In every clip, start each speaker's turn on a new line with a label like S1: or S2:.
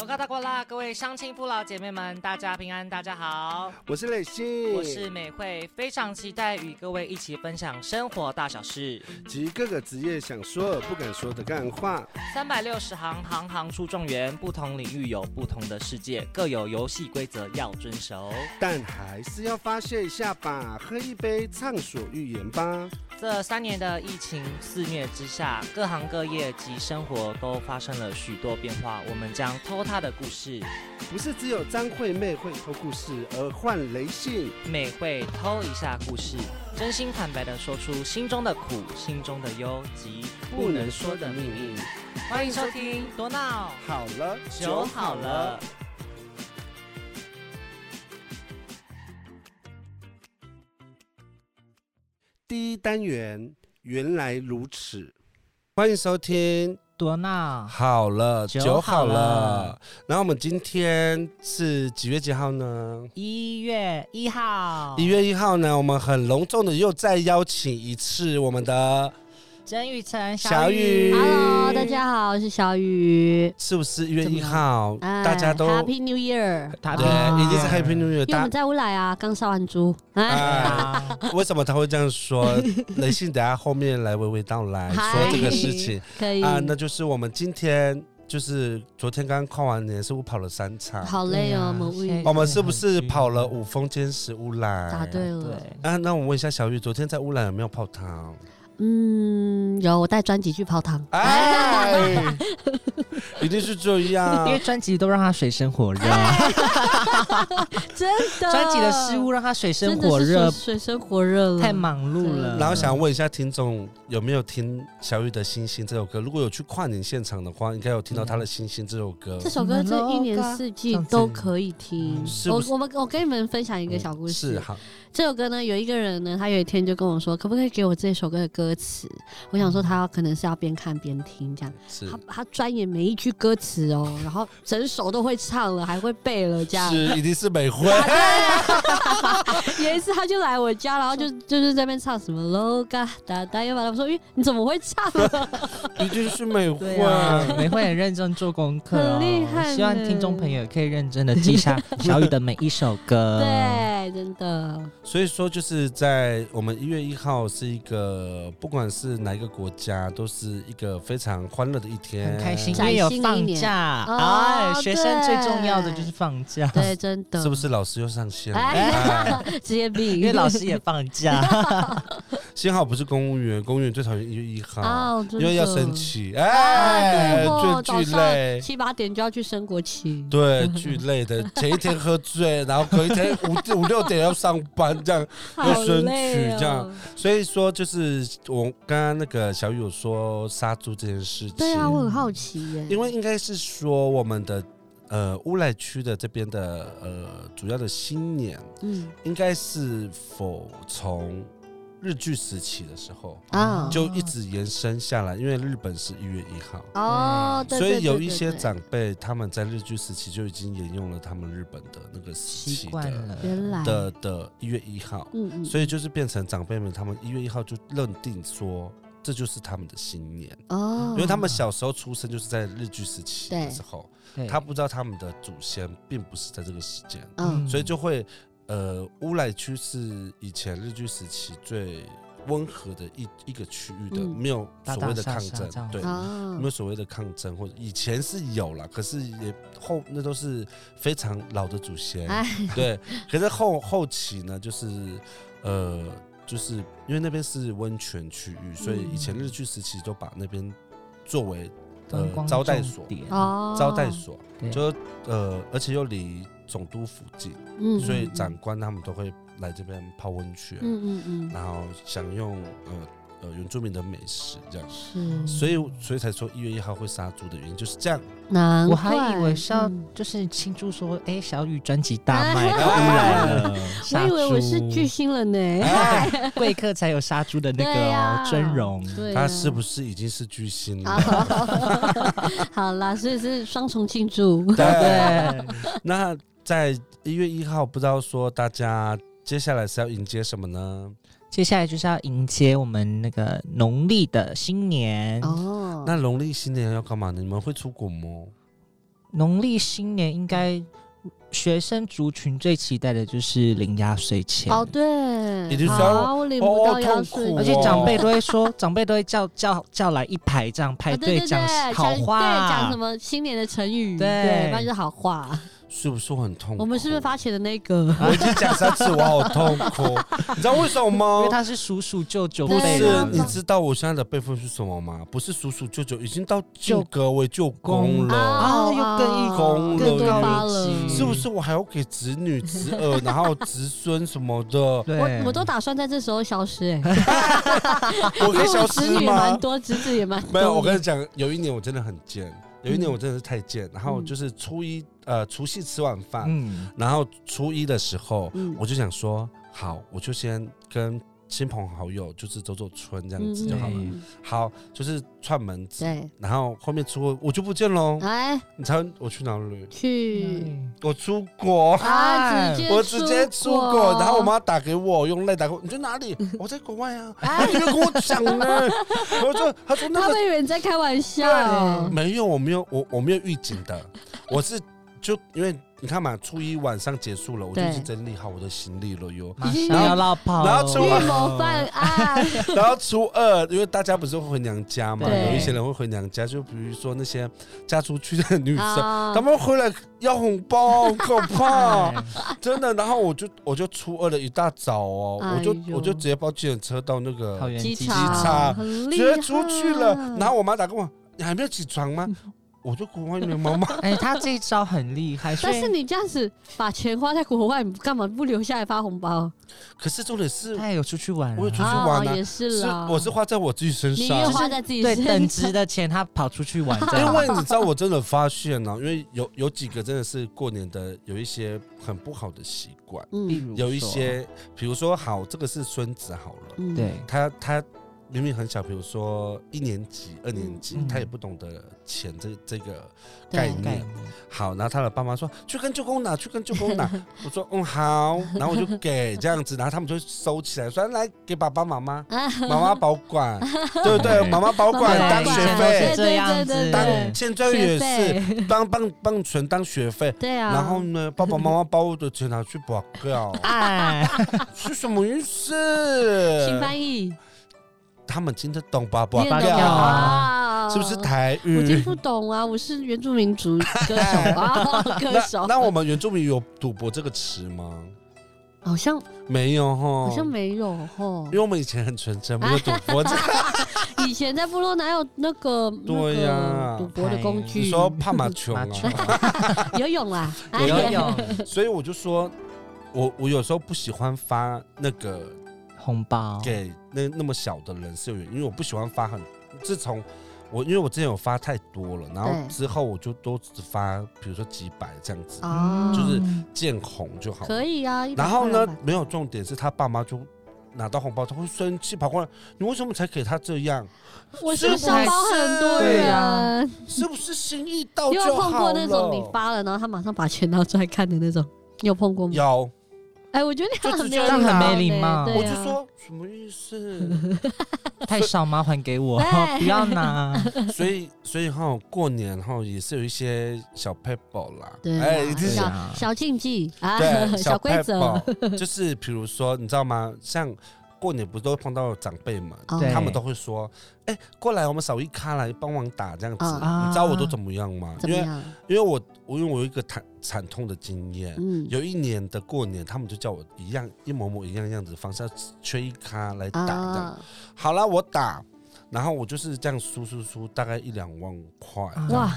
S1: 龙哥大过啦，各位乡亲父老姐妹们，大家平安，大家好，
S2: 我是磊鑫，
S1: 我是美惠，非常期待与各位一起分享生活大小事，
S2: 集各个职业想说而不敢说的干话。
S1: 三百六十行，行行出状元，不同领域有不同的世界，各有游戏规则要遵守。
S2: 但还是要发泄一下吧，喝一杯畅所欲言吧。
S1: 这三年的疫情肆虐之下，各行各业及生活都发生了许多变化。我们将偷他的故事，
S2: 不是只有张惠妹会偷故事，而换雷信。
S1: 每会偷一下故事，真心坦白的说出心中的苦、心中的忧及不能说的秘密。欢迎收听《多闹
S2: 好了，
S1: 酒好了》。
S2: 第一单元原来如此，欢迎收听。
S1: 多闹
S2: 好了，
S1: 酒
S2: 酒好
S1: 好
S2: 了
S1: 了。
S2: 然后我们今天是几月几号呢？
S1: 一月一号
S2: 一，月一号呢，我们很隆重的又再邀请一次我们的
S1: 曾雨辰、
S2: 小雨
S1: 雨
S3: Hello，大家好，我是小雨。
S2: 是不是一月一号？大家都
S3: 哎 Happy New Year，
S1: Happy
S2: 对，
S3: 啊
S2: 一定是 Happy New Year。
S3: 因为我
S2: 大
S3: 们在乌来啊，刚杀完猪啊，
S2: 啊，为什么他会这样说？雷信，等下后面来娓娓道来
S3: 嗨
S2: 说这个事情
S3: 可以
S2: 啊。那就是我们今天就是昨天刚跨完年，是不是跑了三场？
S3: 好累哦，
S1: 对啊
S3: 我们乌云
S2: 我们是不是跑了五峰坚实乌兰？
S3: 答对了。
S1: 对，
S2: 啊，那我问一下小玉，昨天在乌兰有没有泡 汤？
S3: 嗯，有我带专辑去泡汤，
S2: 哎，一定是这样
S1: 因。为专辑都让他水深火热，
S3: 真 的。
S1: 专辑的失误让他水深
S3: 真的
S1: 火
S3: 是
S1: 热，
S3: 水水深火热了，
S1: 太忙碌了。
S2: 然后想问一下听众有没有听小雨的《星星》这首歌？如果有去跨年现场的话，应该有听到他的《星星》这首歌
S3: 这。首歌这一年四季都可以听
S2: 嗯是。不
S3: 我
S2: 是
S3: 我们我跟你们分享一个小
S2: 嗯
S3: 故
S2: 是
S3: 事。
S2: 好，
S3: 这首歌呢，有一个人呢，他有一天就跟我说，可不可以给我这首歌的歌词？我想说他可能是要边看边听这样。
S2: 是
S3: 他他钻研每一句歌词哦，然后整首都会唱了，还会背了这样。
S2: 是，一定是美
S3: 啊
S2: 惠。
S3: 有一次他就来我家，然后就就是在那边唱什么 “lo ga da da”，又把他说：“咦，你怎么会唱啊
S2: 一定是美惠
S1: 对。啊，美惠很认真做功课、哦，
S3: 很厉害
S1: 希望
S3: 呢
S1: 听众朋友也可以认真的记下 小雨的每一首？”
S2: 嗯
S1: 歌。
S3: 对，真的
S2: 所以说，就是在我们一月一号是一个，不管是哪一个国家，都是一个非常欢乐的一天，
S1: 很开心，因
S3: 展
S1: 为有
S3: 新的一
S1: 放
S3: 年
S1: 假。
S3: 哦
S1: 哎，学生最重要的就是放假，
S3: 对，真的
S2: 是不？是？老师又上线了。
S3: 哎
S2: 哎，
S3: 职业病，
S1: 因为 老师也放假。
S2: 幸好不是公务员，公务员最讨厌一月一号，
S3: 啊，
S2: 因
S3: 真的
S2: 为要升。旗，
S3: 啊，
S2: 哎，
S3: 对哦，
S2: 最
S3: 早
S2: 巨
S3: 上
S2: 累。
S3: 七八点就要去升国旗，
S2: 对， 巨累的。前一天喝醉，然后隔一天五 五六点要上班，这样。
S3: 好
S2: 升
S3: 累
S2: 旗这
S3: 哦
S2: 样。所以说，就是我刚刚那个小雨有说杀猪这件事情，
S3: 对啊，我很好奇耶，
S2: 因为应该是说我们的呃乌来区的这边的呃主要的新年，
S3: 嗯
S2: 应该是否从日据时期的时候
S3: 啊
S2: 就一直延伸下来，因为日本是一月一号。
S3: 哦，对
S2: 所
S3: 对
S2: 以有
S3: 对
S2: 一
S3: 对
S2: 些
S3: 对
S2: 长辈他们在日据时期就已经沿用了他们日本的那个时
S1: 习
S2: 期
S1: 惯
S2: 的
S1: 了，
S3: 原来
S2: 的的一月一号，
S3: 嗯嗯，
S2: 所以就是变成长辈们他们一月一号就认定说这就是他们的新年，
S3: 哦，
S2: 因为他们小时候出生就是在日据时期的
S3: 对
S2: 时候，
S1: 对
S2: 他不知道他们的祖先并不是在这个时间，
S3: 嗯
S2: 所以就会呃乌来区是以前日据时期最温和的一一个区域的，
S3: 嗯
S2: 没有
S1: 打
S2: 所
S1: 打
S2: 谓的
S1: 杀
S2: 抗
S1: 杀
S2: 争
S1: 这样，
S2: 对
S1: 子。
S3: 啊
S2: 没有所谓的抗争，或者以前是有啦，可是也后那都是非常老的祖先，
S3: 哎，
S2: 对。可是后后期呢，就是呃，就是因为那边是温泉区域，所以以前
S3: 嗯
S2: 日据时期都把那边作为
S1: 观
S2: 呃
S1: 光
S2: 招待
S1: 重
S2: 所，
S1: 点
S3: 哦，
S2: 招待所，
S1: 对
S2: 就呃，而且又离总督附近，
S3: 嗯，嗯
S2: 所以长，官他们都会来这边泡温泉，
S3: 嗯嗯嗯嗯，
S2: 然后享用呃呃原住民的美食这样。
S3: 是，
S2: 所以，所以才说一月一号会杀猪的原因就是这样。
S3: 难
S1: 我
S3: 怪
S1: 还以为是要
S3: 嗯
S1: 就是庆祝说，哎，小雨专辑大 卖，
S3: 哎
S1: 然后污染 了，
S3: 我
S1: 杀
S3: 以为我是
S1: 猪哎
S3: 巨星了呢，
S2: 啊
S1: 贵客才有杀猪的那
S3: 对
S1: 个哦
S3: 呀
S1: 尊容。
S3: 对啊，
S2: 他是不是已经是巨星了？
S3: 啊？ 好啦，所以是双重庆祝，
S1: 对，
S2: 那在一月一号，不知道说大家接下来是要迎接什么呢？
S1: 接下来就是要迎接我们那个农历的新年。
S3: 哦，
S2: 那农历新年要干嘛呢？你们会出国吗？
S1: 农历新年应该学生族群最期待的就是领压岁钱
S3: 哦，对，
S2: 也就是说
S3: 啊，我领不
S2: 哦
S3: 到压
S2: 痛苦
S3: 岁钱，
S1: 而且长辈
S2: 哦
S1: 都会说，长辈都会叫叫叫来一排这样
S3: 啊
S1: 排
S3: 对
S1: 队
S3: 对
S1: 讲
S3: 对
S1: 好
S3: 讲
S1: 话，啊
S3: 对，讲什么新年的成语，
S1: 对
S3: 对，不然就是好话。啊
S2: 是不是我很痛苦？
S3: 我们是不是发起的那个？
S2: 我已经讲三次，我好痛 苦。你知道为什么
S1: 因为
S2: 吗？
S1: 他是叔叔舅舅
S2: 不
S1: 辈
S2: 是
S3: 对啊，
S1: 人
S2: 你知道我现在的辈分是什么吗？不是叔叔舅舅，已经到舅哥为舅
S1: 公
S2: 公
S3: 嗯
S2: 了。
S1: 啊又更一
S2: 公了
S3: 哦更多
S2: 又
S3: 发
S1: 一
S3: 了
S1: 级。
S2: 是不是我还要给侄女、侄 儿，然后侄孙什么的？
S1: 对，
S3: 我我都打算在这时候消失哎、
S2: 我
S3: 因
S2: 可以
S3: 为
S2: 消
S3: 我侄
S2: 失
S3: 女也
S2: 吗
S3: 蛮？多，侄子也蛮多。
S2: 没有，我跟你讲，有一年我真的很贱，有一年我真的是太贱。然后
S3: 嗯
S2: 就是初一，呃，除夕吃晚饭，
S1: 嗯，
S2: 然后初一的时候，
S3: 嗯
S2: 我就想说，好，我就先跟亲朋好友就是走走村这样子就好了。
S3: 嗯
S2: 好，就是串门子，
S3: 对，
S2: 然后后面出国我就不见喽。
S3: 哎，
S2: 你猜我去哪里？
S1: 嗯
S3: 去
S2: 我出国，
S3: 啊，直接
S2: 我直接出国，然后我妈打给我，用赖打给我，你在哪里？我在国外啊，
S3: 哎
S2: 她没有跟我讲呢。我就她说 那
S3: 他
S2: 个
S3: 们以为你在开玩笑，嗯
S2: 没有，我没有，我我没有预警的，我是就因为你看嘛，初一晚上结束了，我就
S3: 对
S2: 已经整理好我的行李了哟。
S1: 嗯马
S3: 已经
S1: 上要落跑了，
S2: 然后出
S3: 哎预
S2: 来
S3: 谋犯案，
S2: 然后初二，因为大家不是会回娘家嘛，
S3: 对
S2: 有一些人会回娘家，就比如说那些嫁出去的女生，
S3: 啊
S2: 嗯他们回来要红包，好可 怕，
S1: 哎
S2: 真的。然后我就我就初二的一大早哦，
S3: 哎呦
S2: 我就我就直接包计程车到那个
S1: 桃，园
S3: 机
S2: 机
S3: 场
S2: 场
S3: 很
S2: 直
S3: 厉
S2: 接
S3: 害，
S2: 出去了。然后我妈打给我，你还没有起床吗？我就国外面妈 妈，
S1: 哎、他这一招很厉害，所
S3: 但
S1: 以
S3: 是你这样子把钱花在国外，你干嘛不留下来发红包？
S2: 可是重点是
S1: 他也有出去玩啊，
S2: 我有出去
S3: 啊，
S2: 玩啊
S3: 也是
S2: 是
S3: 啦，
S2: 我是花在我自己身
S3: 你越
S2: 上。
S3: 花在自己
S1: 对
S3: 身上
S1: 等 值的钱，他跑出去玩，这
S2: 因
S1: 样
S2: 为你知道，我真的发现啊呢、因为有有几个真的是过年的有一些很不好的习惯，
S1: 例
S3: 嗯
S1: 如
S2: 有一
S1: 说
S2: 些，比如说，好，这个是孙子好了，
S3: 嗯，
S1: 对，
S2: 他他明明很小，比如说一年级、二年级，
S1: 嗯
S2: 他也不懂得钱这这个
S3: 对
S2: 概
S1: 概
S2: 念。
S1: 念
S2: 好，然后他的爸妈说去跟舅公 拿，去跟舅公拿。我说嗯好，然后我就给这样子，然后他们就收起来，说来给爸爸妈 妈，妈妈保管，对不对？
S1: 对
S2: 妈妈保
S3: 妈
S2: 管
S3: 妈
S2: 当
S3: 保管
S2: 学
S1: 以前
S2: 费
S3: 对
S1: 都是，这样
S3: 对对对
S1: 子，
S3: 对
S2: 当现在也是
S3: 是，
S2: 帮帮帮存当学费。
S3: 对啊，
S2: 然后呢，爸爸妈妈把我的钱拿去保 掉，
S1: 哎，
S2: 是什么意思？
S3: 新翻译，
S2: 他们听得懂吧？不
S3: 念
S1: 八
S3: 得
S1: 卦
S3: 懂
S2: 掉，
S3: 啊，
S2: 是不是台
S3: 我听
S2: 语？哎
S3: 不懂啊，我是原住民族歌手 啊，歌
S2: 那
S3: 手
S2: 那我们原住民有赌博这个词吗？
S3: 好像
S2: 没有哈，
S3: 好像没有吼
S2: 因，为我们以前很纯真，没有赌 博这个。
S3: 以前在部落哪有那个那
S2: 对
S3: 个
S2: 呀
S3: 赌博的工具？
S2: 你说帕马琼
S1: 麻
S2: 啊？
S1: 雀，
S3: 游泳啦，哎
S2: 游
S1: 游
S2: 泳
S1: 泳，
S2: 所以我就说，我我有时候不喜欢发那个
S1: 红包，
S2: 给那那么小的人是有原因，因为我不喜欢发很。自从我因为我之前有发太多了，然
S3: 对
S2: 后之后我就都只发，比如说几百这样子，
S3: 啊，
S2: 就是见红就好。
S3: 可。以啊，100
S2: 然后呢
S3: 块200，
S2: 没有重点是他爸妈就拿到红包，他会生气跑过来，你为什么才给他这样？
S3: 我是不是想帮很多
S1: 对
S3: 人
S1: 啊。
S2: 是不是心意到
S3: 你有
S2: 哦
S3: 没
S2: 就
S3: 有碰
S2: 好
S3: 过
S2: 了？
S3: 那种你发了，然后他马上把钱拿出来看的那种？你有碰过吗？
S2: 有，
S3: 哎，我觉得你
S2: 就
S3: 很
S2: 直
S3: 没
S2: 接
S3: 有
S2: 这样
S3: 礼貌
S1: 很没礼
S3: 呢
S1: 貌
S3: 对
S2: 我
S3: 啊
S2: 就说什么意思？
S1: 太少吗？还给我
S3: 对，
S1: 不要 拿。
S2: 所以所以哈，过年哈也是有一些小 paper 啦，
S3: 对啊
S2: 哎，已经
S1: 对
S2: 是
S1: 啊
S3: 小小禁忌啊，
S2: 对
S3: 小规则
S2: paper，就是比如说你知道吗？像过年不是都会碰到长辈们，
S3: 哦
S1: 对
S2: 他们都会说，哎，过来我们扫一咖来帮忙打这样子，
S3: 嗯
S2: 你知道我都怎么样吗？
S3: 怎
S2: 因
S3: 么
S2: 为
S3: 样？
S2: 因为我我因为我有一个惨惨痛的经验，
S3: 嗯，
S2: 有一年的过年，他们就叫我一样一模模一样样子的方式，要缺一咖来打这样。
S3: 啊，
S2: 好啦，我打，然后我就是这样输输输，大概一两万块。
S3: 哇，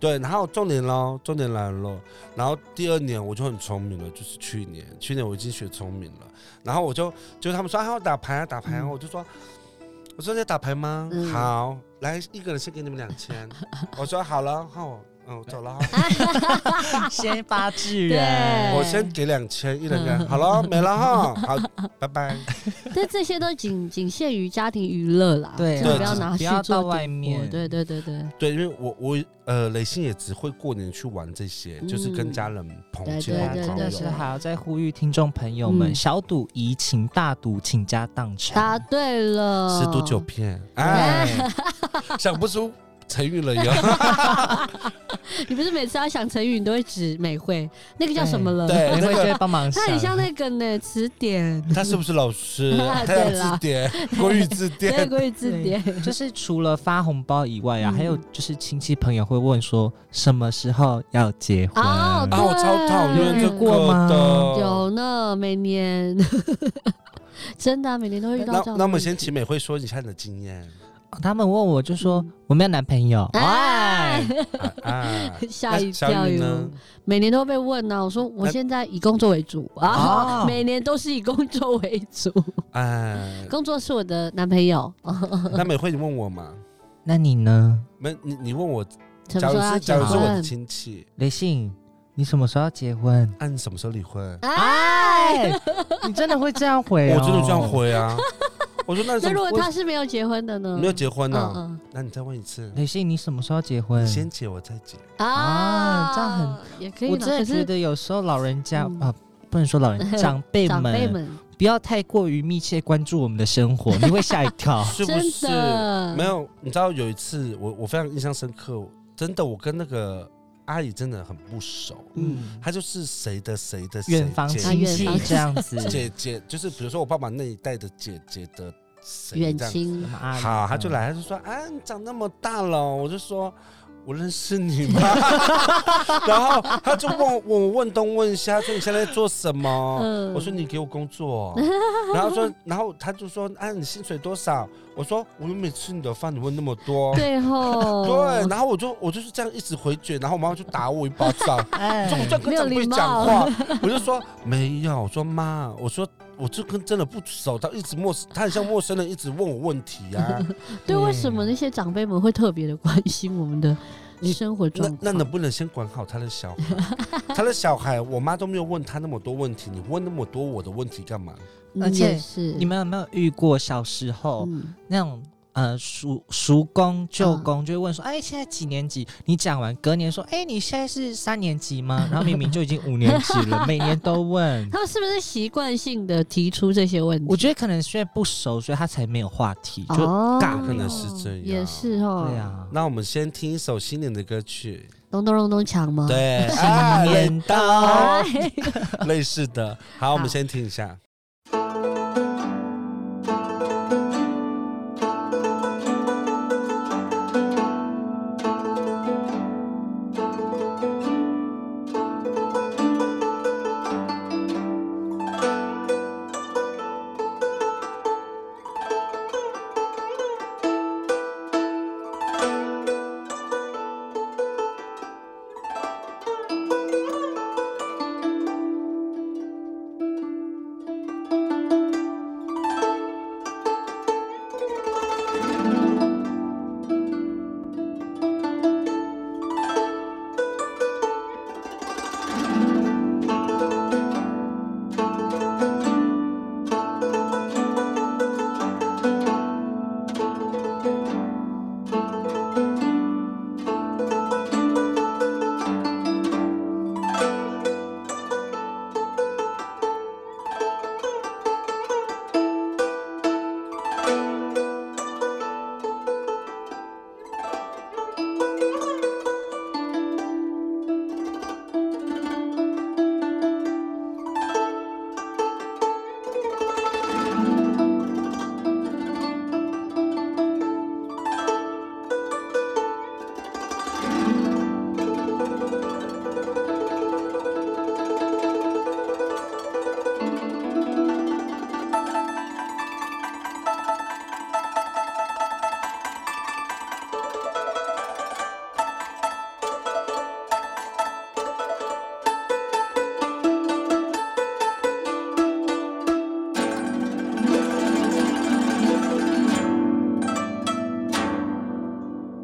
S2: 对，然后重点喽，重点来了。然后第二年我就很聪明了，就是去年，去年我已经学聪明了。然后我就就他们说啊，要打牌啊，打牌啊，
S1: 嗯
S2: 我就说，我说在打牌吗？
S3: 嗯
S2: 好，来一个人先给你们两千。我说好了，好，嗯，我走了哈。
S1: 先发制
S3: 对
S1: 人，
S2: 我先给两千，一人给，好了，没了哈，好，拜拜。
S3: 但这些都仅仅限于家庭娱乐啦，
S1: 对
S3: 真
S2: 对
S3: 的不要拿
S1: 不
S3: 去
S1: 要
S3: 做
S1: 到
S3: 赌
S1: 外
S3: 博
S1: 面
S3: 对对对对，
S2: 对，因为我我呃，雷信也只会过年去玩这些，就是跟家人朋
S3: 嗯对
S2: 亲
S1: 对啊，
S2: 朋
S1: 真
S2: 好
S1: 的
S2: 友。
S1: 是还要再呼吁听众朋友们，
S3: 嗯
S1: 小赌怡情，大赌倾家荡
S3: 答
S1: 产。
S3: 对了，
S2: 十赌
S3: 哦
S2: 九骗，哎，
S1: 哎，
S2: 想不出成语了呀。
S3: 你不是每次要想成语，你都会指美惠，哎那个叫什么了？
S2: 对
S1: 美
S2: 那
S1: 惠就
S2: 个
S1: 会帮忙
S3: 它
S1: 想。
S3: 很像那个呢词典，？
S2: 他是不是老师他有
S3: 对啦
S2: 字典，国语字
S3: 对，
S2: 典。
S3: 国语字典。
S1: 就是除了发红包以外啊，
S3: 嗯
S1: 还有就是亲戚朋友会问说什么时候要结婚。
S3: 哦
S2: 啊，我超讨厌这
S1: 有遇过吗
S2: 个的。
S3: 有呢，每年 真的啊、每年都会遇到
S2: 那
S3: 这样。
S2: 那我们先请美惠说一下你的经 验
S1: 他们问我就说我没有男朋友，
S3: 哎
S1: 哎，
S2: 啊啊。
S3: 吓一
S2: 那小
S3: 跳
S2: 雨
S3: 哟
S2: 呢！？
S3: 每年都被问呢、我说我
S2: 那
S3: 现在以工作为主 啊，
S1: 哦
S3: 每年都是以工作为 主，
S2: 哎，
S3: 工作是我的男朋友。
S2: 那美惠，你问我嘛？
S1: 那你呢？
S2: 没，你你问我，
S3: 什么
S2: 假
S3: 啊
S2: 如
S3: 时候要
S2: 是
S3: 结
S2: 假如是我的
S3: 婚？
S2: 亲戚，
S1: 雷信，你什么时候要结婚？
S2: 按什么时候离婚？
S3: 啊
S2: 啊
S1: 哎，你真的会这样回、哦？
S2: 我真的这样。回 啊！我说那你
S3: 那
S2: 怎
S3: 如
S2: 么
S3: 果他是没有结婚的呢？
S2: 没有结婚啊呢？
S3: 嗯
S2: 那你再问一次，
S1: 雷信，你什么时候要结婚
S2: 你？先结我再结。
S3: 嗯啊
S1: 啊这样很
S3: 也可以啦。
S1: 我真的
S3: 可是
S1: 觉得有时候老人家
S3: 嗯
S1: 啊，不能说老人， 长辈
S3: 长辈
S1: 们
S3: 们
S1: 不要太过于密切关注我们的生 活，你会吓一 跳。
S2: 是不
S3: 真
S2: 是？
S3: 的
S2: 没有，你知道有一次我我非常印象深刻，真的，我跟那个阿姨真的很不熟，
S1: 嗯，
S2: 她就是谁的谁的谁
S1: 远房
S2: 姐
S3: 啊
S1: 亲
S3: 远
S1: 戚
S3: 房
S1: 这样子，
S2: 姐姐，就是比如说我爸爸那一代的姐姐的谁
S3: 远
S2: 这样
S3: 亲
S1: 什么阿姨
S2: 好，他
S3: 嗯
S2: 就。来，他就说：“啊，你长那么大了。”我就说：“我认识你吗？” 然后他就问我问问东问西，他说：“你现在在做什么？”
S3: 嗯
S2: 我说：“你给我工 作。”然后说，然后他就说：“啊，你薪水多少？”我说：“我又没吃你的饭，你问那么多。”
S3: 嗯对哦吼，
S2: 对，然后我就我就是这样一直回绝，然后我妈妈就打我一巴 掌，
S1: 哎
S2: 你怎么这 样跟
S3: 没有
S2: 长辈
S3: 礼
S2: 讲话？ 我就说没有，我说妈，我说我就跟真的不熟，他一直陌生，他很像陌生人，一直问我问题啊。
S3: 对，为什么那些长辈们会特别的关心我们的
S2: 你
S3: 生活状
S2: 那
S3: 况？
S2: 那能不能先管好他的小孩？他的小孩，我妈都没有问他那么多问题，你问那么多我的问题干嘛？
S3: 嗯
S1: 而且
S3: 也是
S1: 你们有没有遇过小时
S2: 哦
S1: 候
S3: 嗯
S1: 那种呃叔叔公舅公就会问说，哎、现在几年级？你讲完隔年说，哎、你现在是三年级吗？ 然后明明就已经五年级了，每年都问。
S3: 他们是不是习惯性的提出这些问题？
S1: 我觉得可能是因为不熟，所以他才没有话题。就、
S3: 哦
S1: 尬
S2: 可能是这样
S3: 也是哦。
S1: 对，啊，
S2: 那我们先听一首新年的歌曲，
S3: 咚咚咚咚锵吗？哎
S2: 对，哦啊，
S1: 新
S2: 类
S1: 年 到，
S2: 类似的。好，我们先听一下。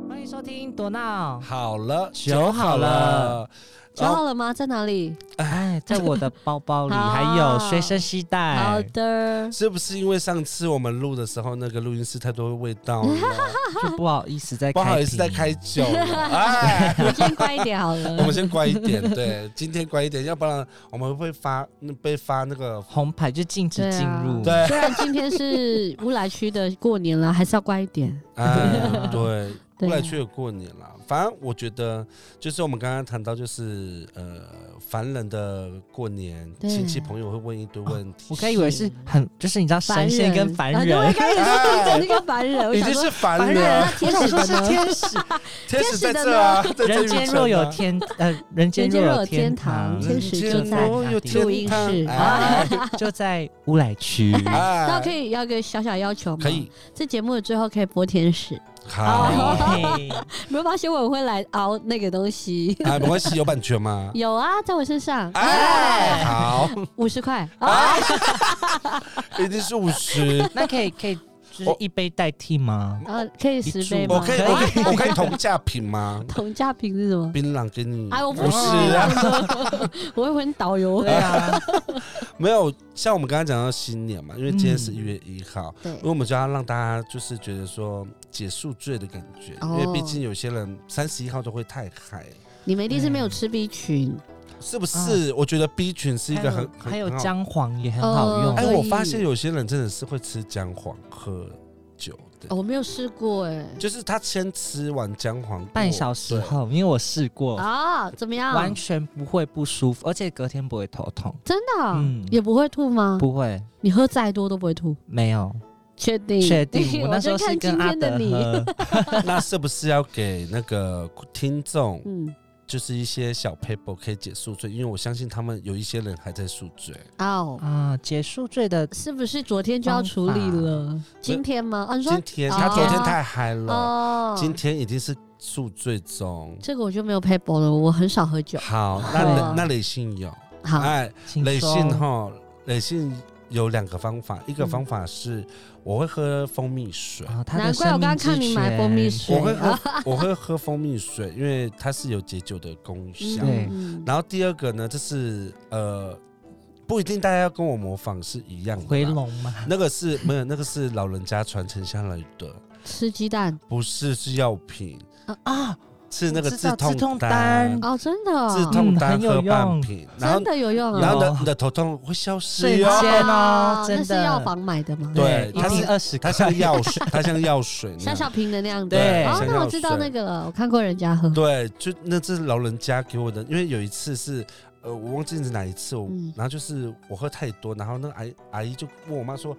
S1: 欢迎收听多闹。
S2: 好哦了，
S1: 酒好了，
S3: 找
S2: 然
S3: 好
S2: 后
S3: 了吗？在哪里？
S1: 哎， 在我的包包里
S3: 好
S1: 还有随身携
S2: 哎
S3: 好
S1: 带，
S3: 的，
S2: 是不是因为上次我们录的时候，那个录音室太多味道了，
S1: 就不好意思再
S2: 不
S1: 开
S2: 好意思再
S1: 瓶
S2: 开酒了？ 哎，
S3: 我先乖一点好了。
S2: 我们先乖一点，对，今天乖一点，要不然我们会发被发那个
S1: 红牌就禁止
S3: 对
S1: 进
S3: 啊
S1: 入。
S2: 对
S3: 虽然今天是乌来区的过年了，还是要乖一点。
S2: 哎，对，后
S3: 对啊
S2: 来去了过年啦。反正我觉得，就是我们刚刚谈到，就是呃，凡人的过年，
S3: 对
S2: 亲戚朋友会问一堆问题。
S3: 哦
S1: 我刚以为是很，就是你知道神仙跟凡
S3: 啊对我也
S1: 人，
S3: 开始说你整个凡人，我
S2: 哎已
S3: 想
S2: 经
S3: 说
S2: 是凡
S3: 人
S2: 人
S3: 那
S2: 了，
S3: 天使
S1: 说是
S3: 的呢？
S1: 天使，
S2: 天使在
S3: 天使的
S2: 这啊，在这
S1: 人
S2: 一
S1: 间
S2: 层
S1: 若有
S2: 啊
S1: 天，呃，人间若有天堂，
S3: 人间使就在
S2: 嗯若有
S3: 录
S2: 天
S3: 音
S2: 堂
S3: 室
S2: 哎
S1: 就在乌来 区。
S2: 哎
S3: 那我可以要个小小要求吗？
S2: 可，以，
S3: 这节目的最后可以播天使。
S2: 好，
S1: 嘿
S3: 没有发现我会来熬那个 东西？
S2: 哎，没关系，有版权 吗？
S3: 有啊，在我身上，
S2: 哎，好，
S3: 五十块。
S1: 啊
S3: 啊
S2: 哎，一定是五 十。
S1: 那可以可以，就是
S2: 我
S1: 一杯代替吗？
S3: 呃，可以十杯吗？
S2: 我可以，我
S3: 哎
S2: 可以，我可以同价品吗？
S3: 同价品是什
S1: 嗯
S3: 么？
S2: 槟榔给你，
S3: 哎，我不
S2: 不是 啊，
S3: 啊，我会问导
S2: 哦
S3: 游。
S1: 对啊，
S2: 没有像我们刚刚讲到新年嘛，因为今天是一月一号，
S1: 嗯
S3: 对
S2: 因为我们就要让大家就是觉得说解宿醉的感觉，
S3: 哦
S2: 因为毕竟有些人三十一号都会太嗨，
S3: 你们一定是没有吃 B 群，
S2: 是不是？我觉得 B 群 是一个很
S1: 啊还有。
S2: 很很好
S1: 姜黄也很好用
S3: 哦
S2: 哎，
S3: 所以
S2: 我发现有些人真的是会吃姜黄喝酒的，
S3: 哦我没有试过哎。
S2: 就是他先吃完姜黄
S1: 半小时，后，因为我试过，
S3: 啊，怎么样？
S1: 哦完全不会不舒服，而且隔天不会头痛，
S3: 真的啊
S1: 嗯
S3: 也不会吐吗？
S1: 不会，
S3: 你喝再多都不会吐，
S1: 没有，
S3: 确定？
S1: 确 定。我
S3: 我
S1: 那时候
S3: 就是看
S1: 跟
S3: 今
S1: 阿
S3: 天
S1: 德
S3: 的你。
S1: 喝，
S2: 对那是不是要给那个听众
S3: 嗯，
S2: 就是一些小 paper 可以解宿醉，因为我相信他们有一些人还在宿醉。
S3: 哦，
S1: 啊，解宿醉的
S3: 是不是昨天就要处理了？今天吗？啊，你说
S2: 今天
S3: 哦
S2: 他昨天太嗨了，
S3: 哦，
S2: 今天已经是宿醉中。
S3: 这个我就没有 paper 了，我很少喝酒。
S2: 好，
S3: 哦
S2: 那雷那雷信有，
S3: 好，
S2: 哎，
S1: 请
S2: 雷
S1: 说
S2: 信哈，雷信有两个方法，一个
S3: 嗯
S2: 方法是我会喝蜂蜜水，
S1: 啊，他的
S3: 难怪我
S1: 生命
S3: 刚刚看
S1: 之
S3: 你买
S1: 泉
S3: 蜂蜜水
S2: 我会喝 我会喝蜂蜜水，因为它是有解酒的功效。
S1: 对
S3: 嗯
S2: 然后第二个呢，就是呃，不一定大家要跟我模仿是一样的，
S1: 回笼嘛，
S2: 那个是没有，那个是老人家传承下来的，
S3: 吃鸡蛋
S2: 不是是药品，
S1: 啊，
S2: 是那个
S1: 我知道
S2: 痛
S1: 止痛
S2: 丹
S1: 丹，
S3: 哦，真的哦，
S2: 止
S1: 嗯
S2: 痛丹
S1: 很有
S2: 喝半
S1: 用
S2: 瓶，然后
S3: 真的有用
S2: 然
S3: 啊！
S2: 后呢
S1: 有，
S2: 你的头痛会消失
S1: 瞬
S2: 哟。
S1: 间哦
S3: 哇，
S1: 真的
S3: 那是药房买的吗？
S2: 对
S1: 一
S2: 它
S1: 瓶
S2: 是
S1: 二十
S2: 它
S1: 块，
S2: 像药水，它像药水 那
S3: 小小
S2: 样。
S3: 瓶的那样的。
S1: 对
S3: 哦，
S2: 像
S3: 那我
S2: 药
S3: 知道
S2: 水
S3: 那个了，我看过人家喝。
S2: 对，就那这是老人家给我的，因为有一次是，呃，我忘记是哪一次，我
S3: 嗯
S2: 然后就是我喝太多，然后那个阿姨阿姨就问我妈说，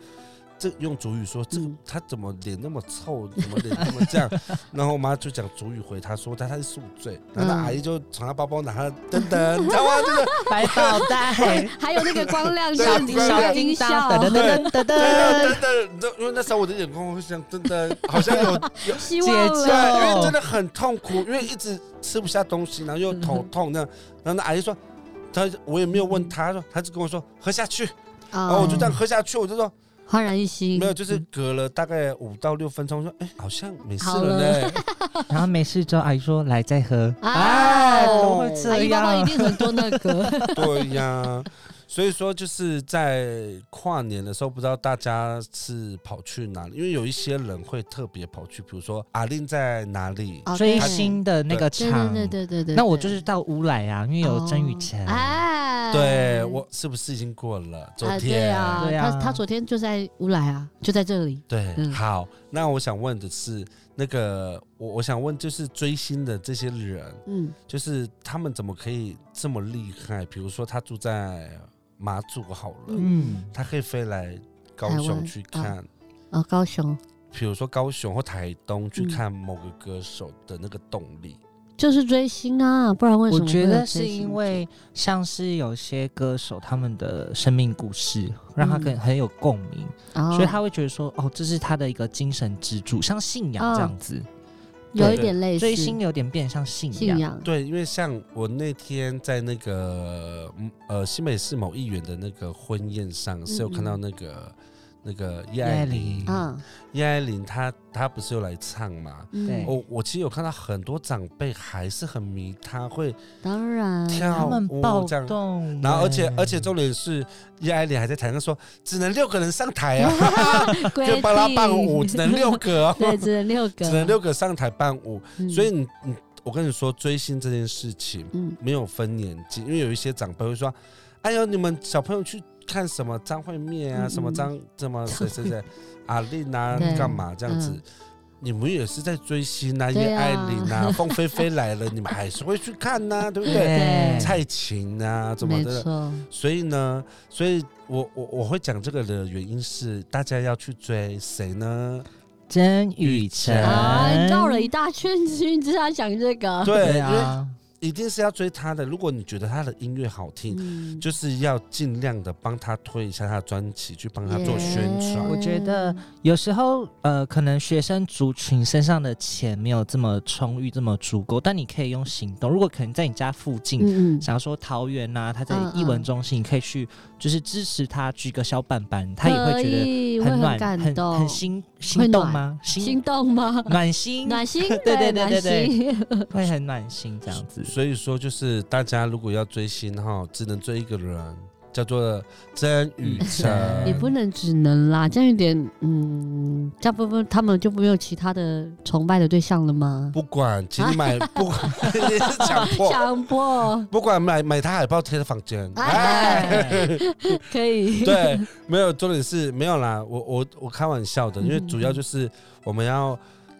S2: 这用主语说这个
S3: 嗯
S2: 她怎么脸那么臭，怎么脸那么这样， 然后我妈就讲主语回她说，但她是宿醉，然后那
S3: 嗯
S2: 阿姨就从她包包拿她噔噔，你知道吗？这 个
S1: 百宝袋
S3: 还有那个光亮
S2: 对
S3: 小
S2: 光
S3: 叮
S2: 亮
S3: 小
S2: 小
S3: 音
S1: 叮
S3: 效
S1: 当，，噔噔噔噔噔，
S2: 噔噔，你知道，因为那时候我的眼光会想噔噔，好像有有
S3: 希
S1: 节
S3: 望
S1: 奏
S3: 了
S2: 对，因为真的很痛苦，因为一直吃不下东西，然后又头
S3: 嗯
S2: 痛，那样然后那阿姨说，她我也没有问她，她说她就跟我
S3: 哦
S2: 说喝下去，然哦后我
S3: 啊
S2: 就这样喝下去，我就说
S3: 焕然一新。啊
S2: 没有，就是隔了大概五到六分钟，说哎好像没事
S3: 好
S2: 了呢，
S1: 然后没事之后，阿姨说来再喝，
S3: 啊
S1: 哎，怎么会
S3: 阿
S1: 这
S3: 姨包包一
S1: 样？
S3: 定很多那 个，
S2: 对呀。所以说，就是在跨年的时候，不知道大家是跑去哪里，因为有一些人会特别跑去，比如说阿令在哪里，
S3: 哦
S1: 追
S3: 对
S1: 星的那个
S3: 对
S1: 场，
S3: 对对对对对。
S1: 那我就是到乌来啊，因为有曾宇
S3: 哦
S1: 晨，
S3: 哎，
S2: 对我是不是已经过了昨
S3: 啊对
S2: 天？
S3: 啊，
S1: 对啊
S3: 他他昨天就在乌来啊，就在这里。
S2: 对，
S3: 嗯
S2: 好，那我想问的是，那个我我想问，就是追星的这些人，
S3: 嗯，
S2: 就是他们怎么可以这么厉害？比如说他住在马祖好了，
S3: 嗯
S1: 嗯，
S2: 他可以飞来高
S3: 台湾
S2: 雄去看，
S3: 哦，高雄
S2: 比如说高雄或台东去
S3: 嗯
S2: 看某个歌手的那个动力。
S3: 就是追星啊，不然为什
S1: 我
S3: 么会
S1: 觉
S3: 有追星族？
S1: 得是因为像是有些歌手他们的生命故事，让他
S3: 嗯
S1: 更很有共鸣，
S3: 哦，
S1: 所以他会觉得说，哦，这是他的一个精神支柱，像信仰
S3: 哦
S1: 这样子，
S3: 有一
S2: 对
S3: 点类似
S1: 追星有点变像信
S3: 信
S1: 仰，
S3: 仰。
S2: 对，因为像我那天在那个嗯呃新北市某议员的那个婚宴上，是有看到
S3: 嗯嗯
S2: 那个那个叶
S1: 爱
S2: 爱
S1: 玲
S2: 玲，
S3: 嗯，
S2: 叶爱玲她她不是有来唱吗？哦
S1: 对
S3: 嗯，
S2: 我我其实有看到很多长辈还是很迷他，会
S3: 当然，啊
S1: 他
S2: 跳
S1: 们
S2: 舞
S1: 暴
S2: 哦这样。
S1: 动，
S2: 然后，而且
S1: 哎
S2: 而且重点是，叶爱玲还在台上说，只能六个人上台 啊，
S3: 规
S2: 就帮他伴 舞，
S3: 定
S2: 只能六个哦，
S3: 对，只能六个，
S2: 只能六个上台伴舞。
S3: 嗯。
S2: 所以你你，我跟你说，追星这件事情
S3: 嗯，
S2: 没有分年纪，因为有一些长辈会说，哎呦，你们小朋友去看什么张惠妹
S3: 嗯
S2: 啊，
S3: 嗯
S2: 什么张什么谁谁谁，阿令啊
S3: 对，
S2: 干嘛这样子
S3: 嗯？
S2: 你们也是在追星啊，
S3: 对啊
S2: 叶爱玲 啊，凤飞飞来了，你们还是会去看呐、对不对？
S3: 对
S2: 蔡琴啊，怎么
S3: 没
S2: 的？
S3: 错，
S2: 所以呢，所以我我我会讲这个的原因是，大家要去追谁呢？
S1: 曾雨辰
S3: 啊，绕了一大圈，你只想讲这个，
S2: 对，因为
S1: 啊，
S2: 一定是要追他的。如果你觉得他的音乐好听，
S3: 嗯
S2: 就是要尽量的帮他推一下他的专辑，去帮他做宣传。
S1: 我觉得有时候呃，可能学生族群身上的钱没有这么充裕，这么足够，但你可以用行动。如果可能在你家附近，
S3: 嗯嗯，
S1: 想要说桃园呐、他在
S3: 嗯嗯
S1: 艺文中心，你可以去就是支持他，举个小板板，他也会
S3: 可
S1: 觉
S3: 以
S1: 得
S3: 会
S1: 很暖、
S3: 感
S1: 很
S3: 动，
S1: 很心心动吗？
S3: 心
S1: 心
S3: 动吗？
S1: 暖心，
S3: 暖心，
S1: 对对对
S3: 暖
S1: 对对
S3: 心
S1: 会很暖心这样子。
S2: 所以说，就是大家如果要追星哈，只能追一个人，叫做曾宇
S1: 嗯
S3: 也
S2: 辰。
S3: 不能只能啦，这样有点，嗯，这样不不，他们就没有其他的崇拜的对象了吗？
S2: 不管，请你买，不管也是强迫，
S3: 想播
S2: 不管买买他海报贴在房间。
S3: 哎
S2: 哎，
S3: 可以，
S2: 对，没有重点是没有啦，我我我开玩笑的，因为
S3: 嗯
S2: 主要就是我们要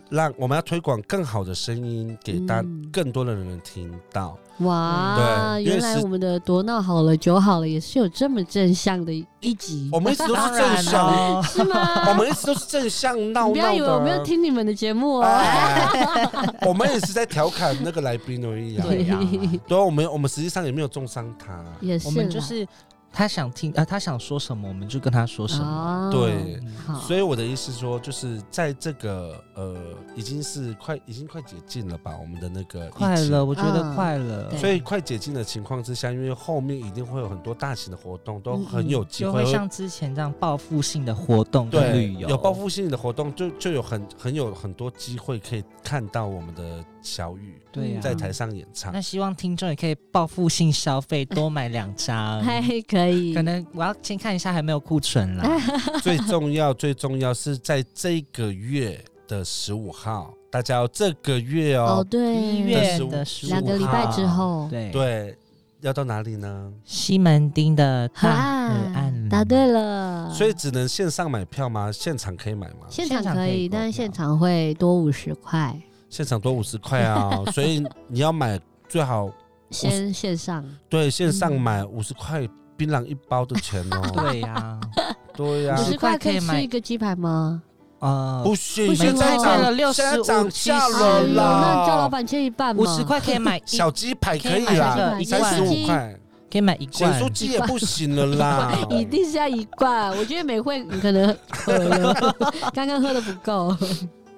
S2: 让我们要推广更好的声音给大
S3: 嗯
S2: 更多的人听到。
S3: 哇，
S2: 对因为
S3: 原来
S2: 是
S3: 我们的多闹好了，酒好了，也是有这么正向的一集，
S2: 我们一直都是
S1: 当
S2: 正
S1: 然
S2: 向，
S1: 哦，
S3: 是 吗？
S2: 我们一直都是正向闹闹的。
S3: 你不要以为我没有听你们的节目哦，
S2: 哎， 我们也是在调侃那个来宾而已啊。
S1: 对呀、
S2: 对啊，我们我们实际上也没有重伤他。
S3: 也是啦，
S1: 我们就是他想听啊、呃他想说什么，我们就跟他说什么。
S3: 啊，
S2: 对，
S3: 好，
S2: 所以我的意思说，就是在这个呃，已经是快已经快解禁了吧，我们的那个疫情
S1: 快乐，。我觉得
S3: 嗯
S1: 快乐，
S3: 对
S2: 所以快解禁的情况之下，因为后面一定会有很多大型的活动，都很有机
S1: 就
S2: 会
S3: 嗯
S1: 会。像之前这样报复性的活动跟
S2: 对
S1: 旅，游，
S2: 有报复性的活动，就就有很很有很多机会可以看到我们的小雨
S1: 对呀、
S2: 在
S3: 嗯
S2: 台上演唱
S1: 那。希望听众也可以报复性消费，多买两张。
S3: 还可以，
S1: 可能我要先看一下还没有库存啦。
S2: 最重要，最重要是在这个月的十五号，大家要这个月
S3: 哦，
S2: 哦，
S3: 对，
S1: 一月
S2: 15
S1: 的
S2: 15
S3: 两个礼拜之后，
S1: 对，
S2: 对，要到哪里呢？
S1: 西门町的
S3: 河
S1: 大河
S3: 岸
S1: 岸
S3: 答对了，
S2: 所以只能线上买票吗？嗯现场可以买吗？
S3: 现场
S1: 现场
S3: 可
S1: 可
S3: 以，
S1: 以购
S3: 但
S1: 票
S3: 是现场会多五十块，
S2: 现场多五十块啊，所以你要买最好
S3: 先线上，
S2: 对线上
S3: 嗯
S2: 买五十块槟榔一包的钱 哦。
S1: 对呀、
S2: 对呀
S3: 五
S1: 啊
S3: 十
S1: 50
S3: 块
S1: 块
S3: 可
S1: 可
S3: 以
S1: 以买
S3: 吃一个鸡排吗？
S1: 呃，
S2: 不行，
S3: 不行
S2: 现在
S3: 太
S1: 贵了
S2: 涨，
S1: 65
S2: 现在涨价
S1: 了
S3: 哎呦，那叫老
S2: 啦。
S3: 板切一半嘛，
S1: 五十块可以买一
S2: 小鸡排可以
S1: 可以买
S2: 啦，
S1: 一个
S2: 才
S1: 一
S2: 十
S1: 罐
S2: 五块，
S1: 可以买一
S2: 咸
S1: 罐
S2: 酥，鸡也不行了啦
S3: 。一定是要一罐，我觉得美惠可能喝了刚刚喝的不够，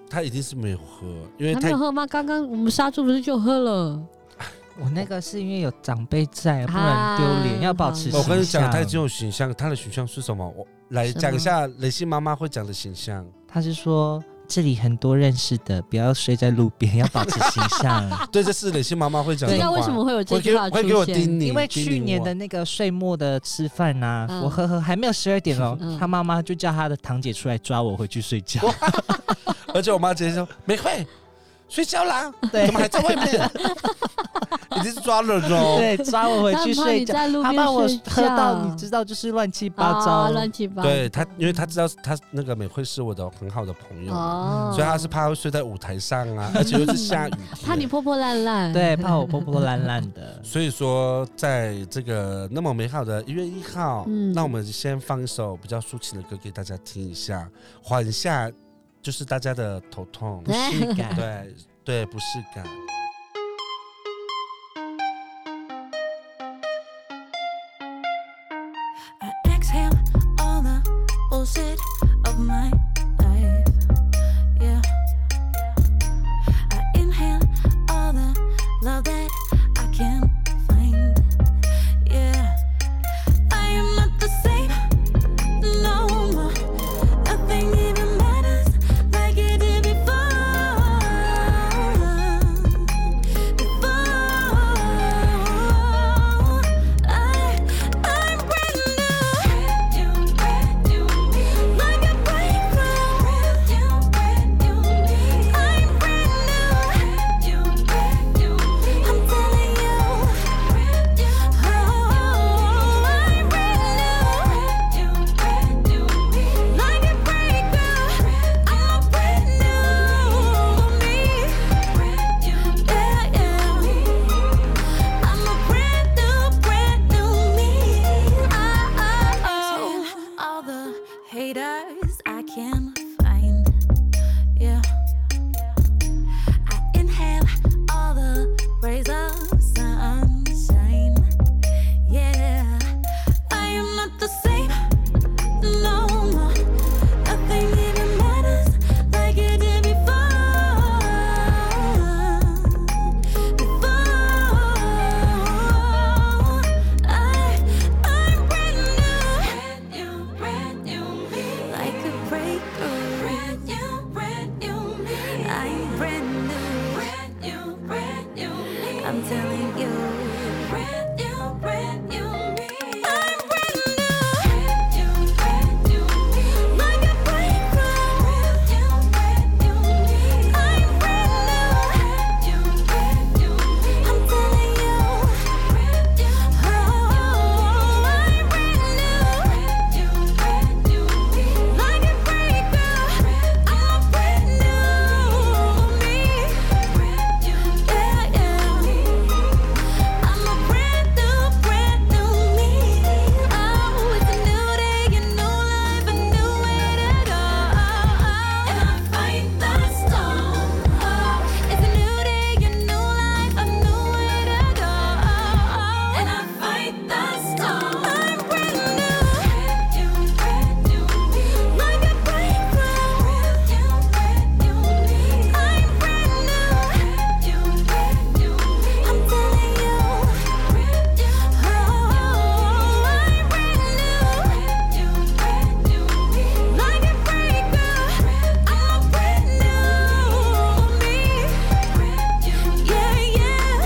S2: 他一定是没有喝，因为
S3: 还没
S2: 太
S3: 有喝吗？刚刚我们杀猪不是就喝了？
S1: 我那个是因为有长辈在，不能丢脸，
S3: 啊
S1: 要保持形
S3: 好
S1: 象。
S2: 我跟你讲，他已经有形象，他的形象是什么？我来
S3: 什么
S2: 讲一下雷信妈妈会讲的形象。
S1: 他是说这里很多认识的，不要睡在路边，要保持形 象。
S2: 对，这是雷信妈妈会讲的
S3: 知
S2: 话。
S3: 道为什么会有这
S2: 会
S3: 句
S2: 给
S3: 话
S2: 我
S3: 出
S2: 会给我
S3: 现？
S2: 叮咛，
S1: 因为
S2: 叮咛
S1: 去年的
S2: 我
S1: 那个岁末的吃饭呐、
S3: 嗯
S1: 我呵呵还没有十二点哦，
S3: 嗯
S1: 他妈妈就叫他的堂姐出来抓我回去睡觉。
S2: 而且我妈直接说：“玫瑰，睡觉 啦，
S1: 对
S2: 怎么还在外面？已经是抓人 喽。
S1: 对，抓我回
S3: 他
S1: 去
S3: 怕
S1: 睡
S3: 你
S1: 觉。
S3: 在路
S1: 他
S3: 边
S1: 把我
S3: 睡
S1: 喝到，你
S3: 觉
S1: 知道，就是乱七八
S3: 啊
S1: 糟。
S3: 乱七八糟，
S2: 对她，因为她知道她那个美惠是我的很好的朋友，
S3: 哦，
S2: 所以她是怕会睡在舞台上 啊，而且又是下雨
S3: 怕你
S2: 天。。
S3: 破破烂烂，
S1: 对，怕我破破烂烂的
S2: 所以说，在这个那么美好的一月一号，
S3: 嗯
S2: 那我们先放一首比较抒情的歌给大家听一下，缓一下，就是大家的头痛。
S1: 不适感，
S2: 对对，不适感。
S4: I exhale all the bullshit of my life. Yeah. I inhale all the love that I can find. Yeah. I am not the same. No more. Nothing Oh, even matters like it did before. oh. Oh,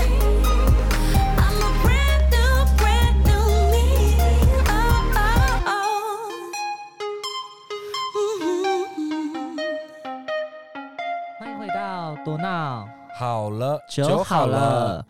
S1: 回到多闹
S2: 好了，
S1: 酒
S2: 好
S1: 好了。。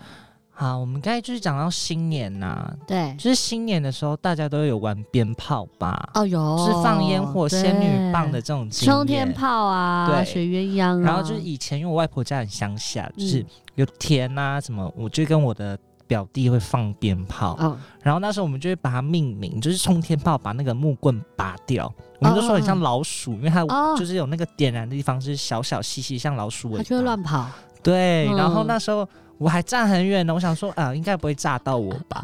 S1: 好，我们刚才就是讲到新年呐、
S3: 对，
S1: 就是新年的时候，大家都有玩鞭炮吧？
S3: 哦有，
S1: 就是放烟火、仙女棒的
S3: 对
S1: 这种经验
S3: 冲天。炮啊，
S1: 对
S3: 水鸳鸯啊，
S1: 然后就是以前，因为我外婆家很乡下，就是
S3: 嗯
S1: 有田啊什么，我就跟我的表弟会放鞭炮。
S3: 哦
S1: 然后那时候我们就会把它命名，就是冲天炮把那个木棍拔掉，我们就说很像老鼠，因为它
S3: 哦
S1: 就是有那个点燃的地方是小小细细，像老鼠尾
S3: 它
S1: 巴。
S3: 就会乱跑，
S1: 对，
S3: 嗯
S1: 然后那时候我还站很远呢，我想说啊、应该不会炸到我 吧，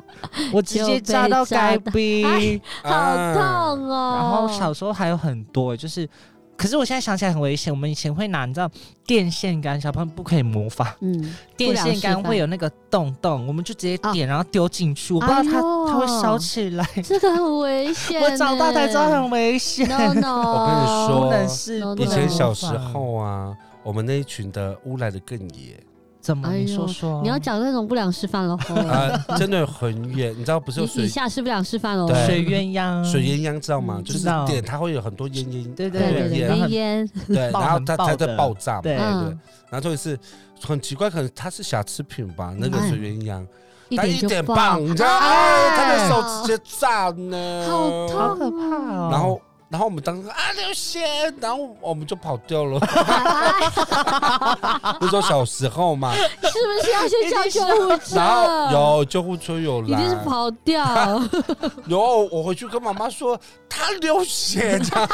S1: 我直接炸到该逼。
S3: 好
S2: 啊
S3: 痛哦。
S1: 然后小时候还有很多，欸就是。可是我现在想起来很危险。我们以前会拿，你知道电线杆，小朋友不可以模 仿。
S3: 嗯，
S1: 电
S3: 不良
S1: 线
S3: 示
S1: 杆
S3: 范
S1: 会有那个洞洞，我们就直接
S3: 哦
S1: 点，然后丢进去。我不知道它、
S3: 哎呦
S1: 它会烧起来。
S3: 这个很危险欸。
S1: 我长大才知道很危险，
S3: no no，
S2: 我跟你 说
S1: 不能试。
S3: no，no
S1: 不
S2: 以
S1: 能
S2: 前
S1: 模
S2: 小时
S1: 仿
S2: 候啊，我们那一群的污染的更野
S1: 怎么？
S3: 哎呦
S1: 你说说，
S3: 你要讲那种不良示范 喽。
S2: 啊，真的很远。你知道不是有
S3: 嗯你以
S2: 水
S3: 下是不良示范哦喽。
S2: 对
S1: 水鸳鸯，
S2: 水鸳鸯知道吗
S3: 嗯？
S2: 就是
S1: 知道
S2: 点它会有很多烟烟，
S1: 对
S3: 对对对，
S1: 然后
S3: 烟烟，
S2: 对，
S1: 爆
S2: 然后
S1: 很
S2: 它
S1: 爆
S2: 它在
S1: 的
S2: 爆炸嘛，
S1: 对
S3: 嗯，
S2: 然后重点是很奇怪，可能它是小吃品吧，那个
S3: 嗯
S2: 水鸳鸯，
S3: 一
S2: 它
S3: 点
S2: 一
S3: 就
S2: 点棒，你知道，哎，他的手直接炸呢，
S3: 好
S1: 好
S3: 痛
S1: 可怕哦。
S2: 然后，然后我们当时啊流血，然后我们就跑掉 了。不是说小时候嘛，
S3: 是不是要 先叫救护车？
S2: 然后有救护车有
S3: 一啊定是
S2: 来，
S3: 跑 掉，
S2: 然后我回去跟妈妈说他流血这样。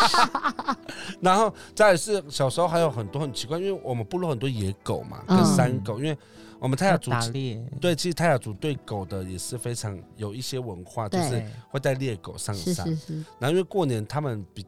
S2: 然后再来是小时候还有很多很奇怪，因为我们部落很多野狗嘛，跟
S3: 嗯
S2: 山狗，因为我们泰雅
S1: 要
S2: 族
S1: 打猎，
S2: 对，其实泰雅族对狗的也是非常有一些文化，就
S3: 对
S2: 是会带猎狗上
S3: 是
S2: 山
S3: 是。是，
S2: 然后因为过年他们比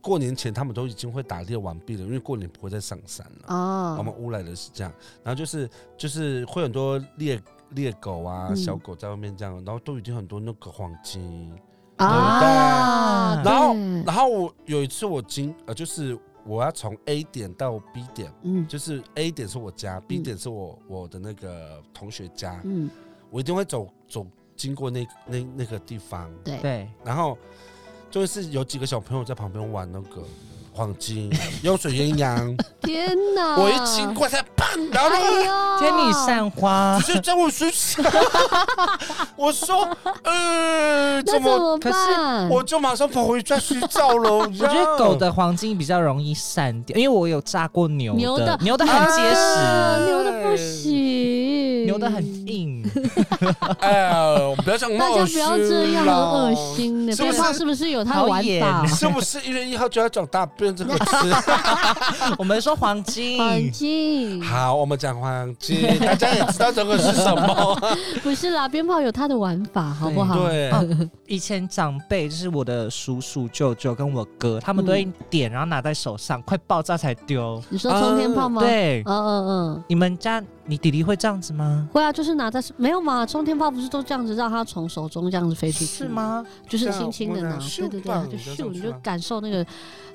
S2: 过年前他们都已经会打猎完毕了，因为过年不会再上山了。我们
S3: 哦，
S2: 乌来的是这样，然后就是就是会很多猎猎狗啊、
S3: 嗯
S2: 小狗在外面这样，然后都已经很多那个黄金。
S3: 啊，
S2: 然后
S3: 对
S2: 然后我有一次我经呃就是我要从 A 点到 B 点，
S3: 嗯
S2: 就是 A 点是我家，B
S3: 嗯
S2: 点是我我的那个同学家，
S3: 嗯，
S2: 我一定会走走经过那那那个地方，
S3: 对，
S1: 对，
S2: 然后就是有几个小朋友在旁边玩那个黄金，用水鸳鸯，
S3: 天哪，
S2: 我一经过才砰，然后那
S3: 哎
S2: 个
S3: 呦，
S1: 天女散花。
S2: 就在我身上， 我说，呃，
S3: 那
S2: 怎
S3: 怎
S2: 么？
S3: 么办？
S2: 我就马上跑回家睡觉了。我
S1: 我觉得狗的黄金比较容易散掉，因为我有炸过牛
S3: 牛的
S1: 的，牛的很结
S3: 啊
S1: 实，
S3: 牛的不行，
S1: 牛的很。
S2: 嗯
S1: 硬。
S2: 哎呀，不要讲
S3: 大家不要这样，很恶。心的。
S2: 是不
S3: 鞭
S2: 是
S3: 炮是不是有它的
S1: 好
S3: 玩法？
S1: 演
S2: 是不是一月一号就要讲大便这个 词？
S1: 我们说黄金，
S3: 环境
S2: 好，我们讲黄金，大家也知道这个是什么。
S3: 不是啦，鞭炮有它的玩法，好不好？
S2: 对，
S1: 以前长辈就是我的叔叔、舅舅跟我哥，他们都会点，然后拿在手上，快爆炸才丢。
S3: 你说冲天炮吗？，
S2: 呃
S1: 对，
S3: 嗯嗯嗯，
S1: 你们家你弟弟会这样子吗？
S3: 会啊，就是拿在没有嘛，冲天炮不是都这样子让它从手中这样子飞出去？
S1: 是？吗？
S3: 就是轻轻的拿，
S2: 这
S3: 对
S2: 样
S3: 对对，它就
S2: 咻
S3: 咻，
S2: 棒
S3: 你就感受那个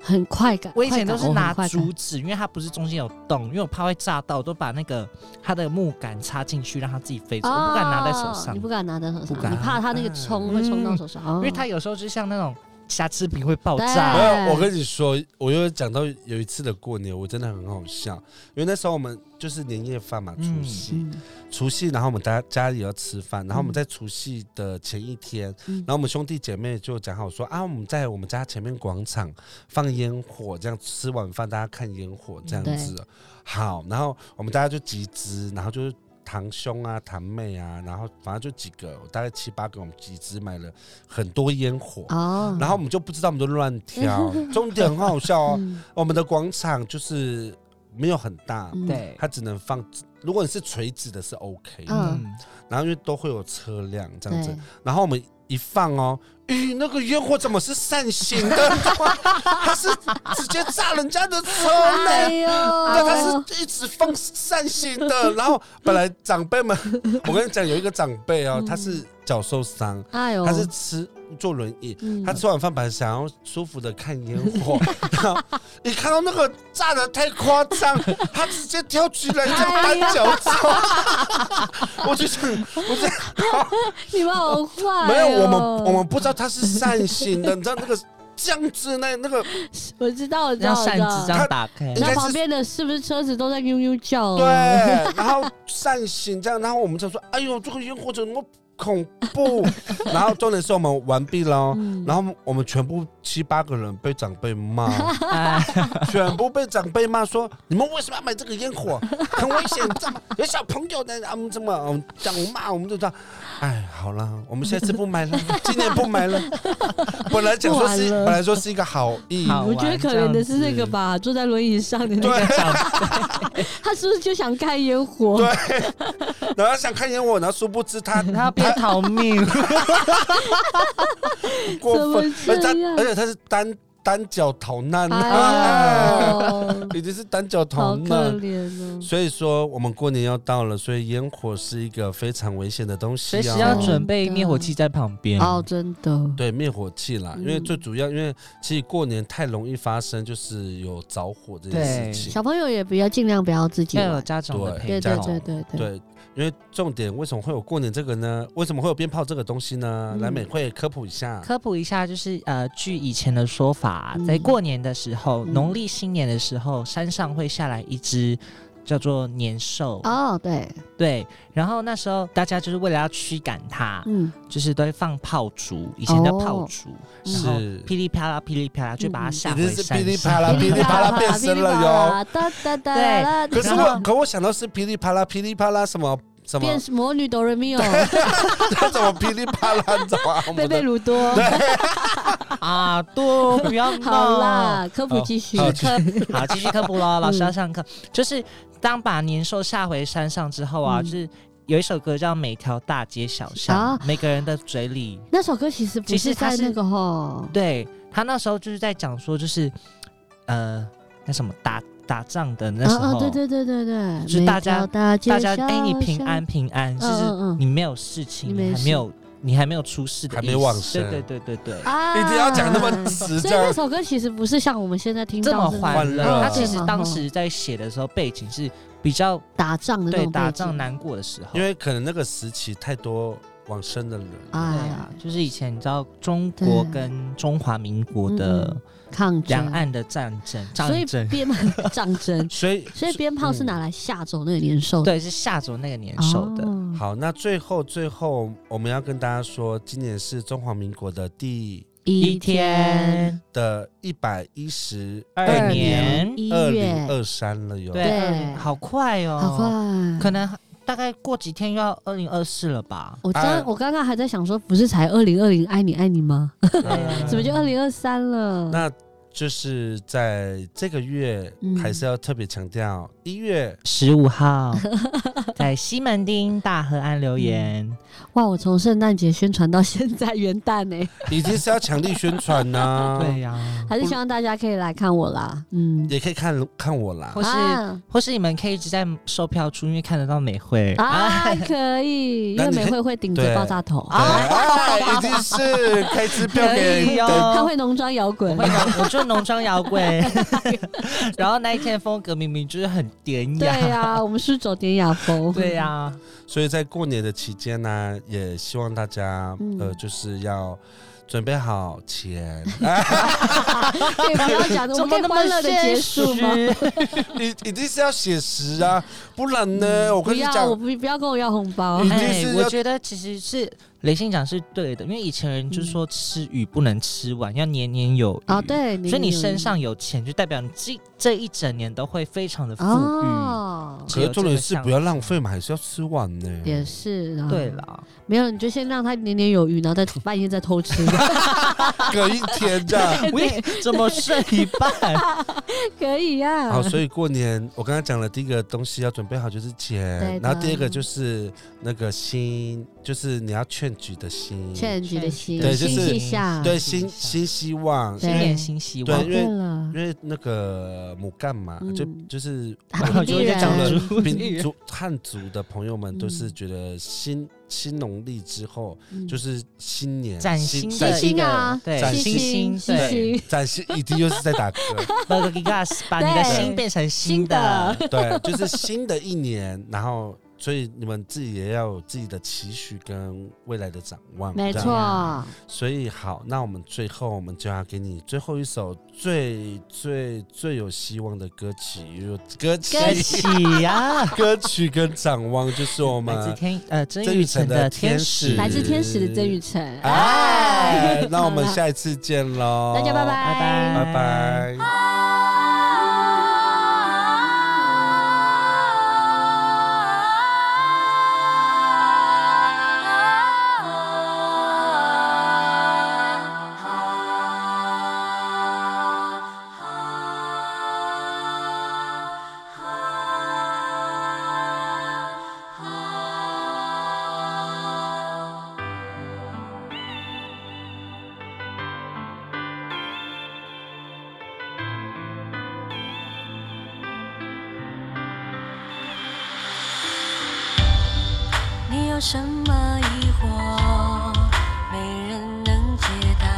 S3: 很快感。
S1: 我以前
S3: 快
S1: 都
S3: 感
S1: 是
S3: 哦
S1: 拿
S3: 很快感
S1: 竹子，因为它不是中间有洞，因为我怕会炸到，我都把那个它的木杆插进去，让它自己飞走，我不敢拿在手
S3: 哦
S1: 上
S3: 你，不敢拿在手
S1: 不
S3: 上，
S1: 敢
S3: 你怕它那个冲
S2: 嗯
S3: 会冲到手上，哦
S1: 因为它有时候就像那种瑕疵品会爆
S2: 没
S1: 炸。
S2: 有，我跟你说，我又讲到有一次的过年，我真的很好笑，因为那时候我们就是年夜饭嘛，
S1: 嗯
S2: 除夕，
S3: 嗯
S2: 除夕，然后我们大家家里要吃饭，然后我们在除夕的前一天，
S3: 嗯
S2: 然后我们兄弟姐妹就讲好说啊，我们在我们家前面广场放烟火，这样吃晚饭大家看烟火这样子，好，然后我们大家就集资，然后就是。堂兄啊，堂妹啊，然后反正就几个，大概七八个，我们集资买了很多烟火，
S3: 哦，
S2: 然后我们就不知道，我们就乱 挑。重点很好笑哦，
S3: 嗯
S2: 我们的广场就是没有很大，
S3: 嗯
S1: 啊对，
S2: 它只能放。如果你是垂直的，是 OK 的。
S3: 嗯
S1: 嗯，
S2: 然后因为都会有车辆这样子
S3: 对，
S2: 然后我们一放哦，咦，那个烟火怎么是扇形 的？它是直接炸人家的车
S3: 哎
S2: 呢。
S3: 呦，
S2: 对，它是一直放扇形的。然后本来长辈们，我跟你讲，有一个长辈哦，他是脚受伤，
S3: 哎呦，
S2: 他是吃坐轮椅，
S3: 嗯
S2: 他吃完饭本来想要舒服的看烟火，然后一看到那个炸的太夸张，他直接跳起来这样单脚走，我就想，我在
S3: 你们好坏哦，
S2: 没有我们我们不知道他是扇形的，你知道那个这样子那那个
S3: 我知道，我知道，
S1: 让
S3: 我
S1: 扇
S3: 知
S1: 子这
S3: 道。
S2: 他
S1: 样打开，
S2: 应
S3: 然
S2: 该
S3: 后
S2: 是
S3: 旁边的是不是车子都在嗖嗖叫？啊
S2: 对，，然后扇形这样，然后我们就说，哎呦，这个烟火怎么恐怖？然后重点是我们完毕喽。
S3: 嗯
S2: 然后我们全部七八个人被长辈骂，
S1: 哎，
S2: 全部被长辈骂说：“你们为什么要买这个烟火？很危险，这么有小朋友的，他们这么嗯这样骂，我们就这样。哎，好了，我们下次不买了，今年不买了。本来讲说是，
S3: 不玩了
S2: 本来说是一个好意，
S1: 好
S3: 我觉得
S1: 玩
S3: 可
S1: 这
S3: 怜的
S1: 样
S3: 是那个
S1: 子
S3: 吧，坐在轮椅上的那
S2: 对
S3: 个，
S1: 长
S3: 他是不是就想看烟火？
S2: 对然后想看烟火，然后殊不知他
S1: 他变逃命，
S2: 过分，
S3: 怎
S2: 而且
S3: 么
S2: 他
S3: 这样
S2: 而且他是单单脚逃难
S3: 哎
S2: 啊，
S3: 呦，
S2: 已经是单脚逃
S3: 好可
S2: 难。
S3: 怜哦。
S2: 所以说，我们过年要到了，所以烟火是一个非常危险的东西、
S1: 随
S2: 啊，
S1: 时要准备灭火器在旁边。
S3: 哦，真的，
S2: 对，灭火器啦，因为
S3: 嗯
S2: 最主要，因为其实过年太容易发生就是有着火这件事情。
S3: 小朋友也比较尽量不要自己
S1: 要有
S3: 玩。
S1: 家长的
S3: 对
S1: 陪
S3: 对
S1: 同，
S3: 对对对，
S2: 对，因为重点为什么会有过年这个呢？为什么会有鞭炮这个东西呢？
S3: 嗯
S2: 来美惠科普一下。
S1: 科普一下，就是呃，据以前的说法
S3: 嗯，
S1: 在过年的时候，
S3: 嗯
S1: 农历新年的时候，山上会下来一只叫做年兽，
S3: 哦，对，
S1: 对。然后那时候大家就是为了要驱赶它，
S3: 嗯，
S1: 就是都会放炮竹，以前叫炮竹，
S3: 哦
S1: 然后
S2: 是
S1: 噼里啪啦噼里
S3: 嗯
S1: 啪啦，就把它吓
S2: 已
S1: 回
S2: 经是
S1: 山
S2: 噼里
S1: 上
S2: 啪啦，噼里啪啦变身了哟。
S3: 哟，哒哒哒啦，
S2: 嗯可是
S1: 然
S2: 我，
S1: 后
S2: 可我想到是噼里啪啦，噼里啪啦什么什么
S3: 变， 魔女哆瑞咪哦，
S2: 他怎么噼里啪啦，你知道吗？我
S3: 贝
S2: 们
S3: 贝
S2: 的
S3: 鲁多，
S1: 啊，对，不 要闹。
S3: 好啦，科普继续，
S2: 好
S1: 科好，继续科普喽，老师要上课。就是当把年兽吓回山上之后啊，
S3: 嗯
S1: 就是有一首歌叫《每条大街小巷》，
S3: 啊
S1: 每个人的嘴里，
S3: 那首歌其实不
S1: 其实
S3: 是
S1: 它
S3: 在
S1: 是
S3: 那个吼，
S1: 对他那时候就是在讲说，就是呃，那什么打打仗的那时
S3: 啊
S1: 候，
S3: 啊，对对对对对，
S1: 就是大家
S3: 每条
S1: 大
S3: 大大
S1: 家哎、你平安，平安，就
S3: 嗯
S1: 是
S3: 嗯
S1: 你没有事情，
S3: 你
S1: 你
S3: 没
S1: 还
S3: 事
S1: 没有你还没有出事的意
S2: 还
S1: 思，
S2: 没往生
S1: 对对对对对。
S3: 啊，
S2: 一定要讲那么直，
S3: 所
S2: 这
S3: 以那
S2: 样
S3: 首歌其实不是像我们现在听
S1: 这么
S3: 到是那
S1: 欢乐
S2: 欢，乐
S1: 他其实当时在写的时候，背景是比较
S3: 打仗的那
S1: 对
S3: 种
S1: 打
S3: 背景
S1: 仗难过的时候，
S2: 因为可能那个时期太多往生的人，
S1: 对
S3: 啊
S1: 啊，，就是以前你知道中国跟中华民国的
S3: 嗯抗
S1: 两
S3: 争，
S1: 岸的战争，
S3: 所以
S1: 战争嗯
S3: 鞭 战争，
S2: 所以
S3: 所以鞭炮是拿来吓走那个年兽的，
S1: 对是吓走那个年兽的，
S3: 哦
S2: 好，那最后最后我们要跟大家说，今年是中华民国的第
S3: 一
S1: 天
S2: 的一百一十
S1: 二
S2: 年，
S1: 年，
S3: 一
S2: 二零
S3: 月，
S2: 二三了哟。
S1: 对，
S3: 对，
S1: 好快哦，
S3: 好，快，
S1: 可能大概过几天又要二零二四了吧？
S3: 我刚、
S2: 啊
S3: 我刚刚还在想说，不是才二零二零爱你爱你吗？
S2: 嗯
S3: 怎么就二零二三了？
S2: 那就是在这个月
S3: 嗯，
S2: 还是要特别强调，一月
S1: 十五号在西门町大河岸留言，
S3: 哇，我从圣诞节宣传到现在元旦呢、
S2: 已经是要强力宣传
S3: 嗯
S2: 呐，
S1: 对，呀、
S3: 还是希望大家可以来看我啦。嗯，
S2: 也可以看看我啦
S1: 或。是
S3: 啊
S1: 或是你们可以一直在售票处，因为看得到美惠哎
S3: 啊，可以，因
S2: 那
S3: 为
S2: 你
S3: 美
S2: 可以
S3: 惠会顶着
S2: 对
S3: 爆炸头，
S2: 对，啊，已经是开支票
S1: 可
S2: 给
S1: 以哦
S2: 对
S3: 她会浓妆摇
S1: 我
S3: 滚
S1: 会。浓，我就是浓妆摇滚， 然后那一天的风格明明就是很 典
S3: 对
S1: 雅，
S3: 呀、我们是走典雅风。
S1: 对呀、
S2: 所以在过年的期间呢、也希望大家、
S3: 嗯
S2: 呃，就是要准备好钱， 啊
S3: 可以不要讲的，我
S1: 怎
S3: 们
S1: 么那
S3: 可以
S1: 么
S3: 欢乐的结束吗？
S1: 现实？
S2: 一一定是要写实啊，不然呢，我
S3: 嗯不
S2: 跟你
S3: 要，
S2: 讲
S3: 我，不不要跟我要红包啊
S2: 一。定
S1: 哎
S2: 是，要
S1: 我觉得其实是雷信讲是对的，因为以前人就是说吃鱼不能吃完，要年年有余
S3: 啊，。对，
S1: 所以你身上有钱，就代表你这这一整年都会非常的富裕。嗯
S3: 哦，
S2: 可是重点是不要浪费嘛，还是要吃完呢。
S3: 也是啊，
S1: 对啦，
S3: 没有，你就先让他年年有余，然后再半夜再偷吃，
S2: 隔一天这样。
S1: 喂，怎么剩一 半？
S3: 可以啊呀、
S2: 好，所以过年我刚刚讲了第一个东西要准备好就是
S3: 对
S2: 钱，
S3: 的
S2: 然后第二个就是那个心，就是你要劝举的心，
S3: 劝啊人的心，
S2: 对就
S3: 心
S2: 是
S3: 系下，
S2: 对
S1: 心
S2: 新新希望，
S1: 新
S3: 对
S1: 年新希
S2: 对
S1: 望
S2: 因
S3: 对，
S2: 为
S3: 了
S2: 因，为那个母干嘛，
S3: 嗯
S2: 就就是
S1: 我就
S3: 平
S1: 越
S3: 地
S1: 讲
S3: 人
S1: 了
S2: 民族汉族的朋友们都是觉得新新农历之后
S3: 嗯
S2: 就是新年
S1: 崭新
S2: 新
S1: 的
S2: 崭
S1: 一
S3: 星
S1: 个
S3: 啊
S1: 对
S2: 崭
S3: 星
S1: 新
S3: 星
S1: 星
S3: 星
S1: 对
S3: 星，
S2: 崭新，一定又是在打嗝。
S1: b u r g e r g a s 把你的
S3: 对
S1: 心变成新
S3: 新的
S1: 的，
S2: 对，就是新的一年，然后所以你们自己也要有自己的期许跟未来的展望。
S3: 没
S2: 这样
S3: 错，
S2: 所以好，那我们最后我们就要给你最后一首最最最有希望的歌曲，有歌曲
S3: 歌
S1: 起啊呀、
S2: 歌曲跟展望，就是我
S1: 来自
S2: 们
S1: 天呃曾
S2: 曾
S1: 玉
S2: 玉
S1: 成
S2: 成
S1: 的
S2: 的
S1: 天
S2: 天
S1: 使，
S2: 使
S3: 来自天使的曾雨辰，
S2: 哎，那我们
S3: 好了
S2: 下一次见喽，
S3: 大家拜拜
S1: 拜
S2: 拜拜。
S4: Mm-hmm. 你有什么疑惑，没人能解答。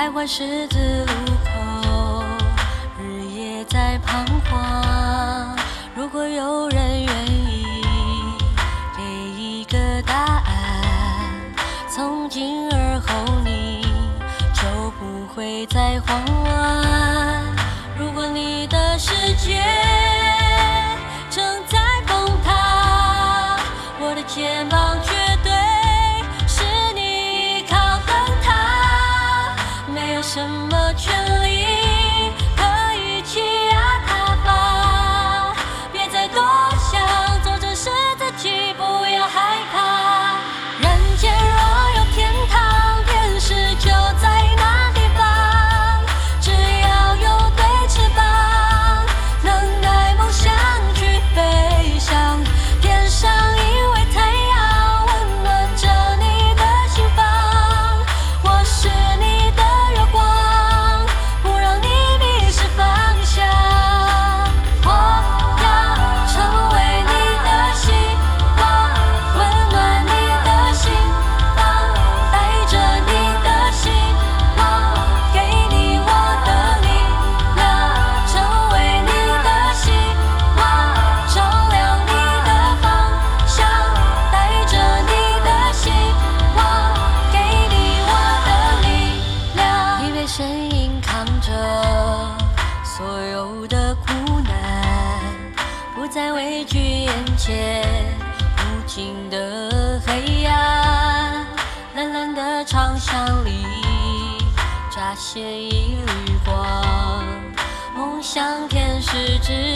S4: 徘徊十字路口，日夜在彷徨。如果有人愿意给一个答案，从今而后你就不会再慌乱。如果你的世界正在崩塌，我的肩膀绝对是你依靠的他，没有什么权利可以欺压他吧。别再多想，做真是自己，不要害怕。人间若有天堂，天使就在那地方。只要有对翅膀，能带梦想去飞翔。天上因为太阳温暖着你的心房，我是你的月光，不让你迷失方向。我要成为你的希望，温暖你的心房，带着你的希望，给你我的力量，成为你的希望，照亮你的方向，带着你的希望，给你我的力量。你被声音扛着所有的苦难。不再畏惧眼前无尽的黑暗，蓝蓝的长巷里乍现一缕光，梦想天使之 oh,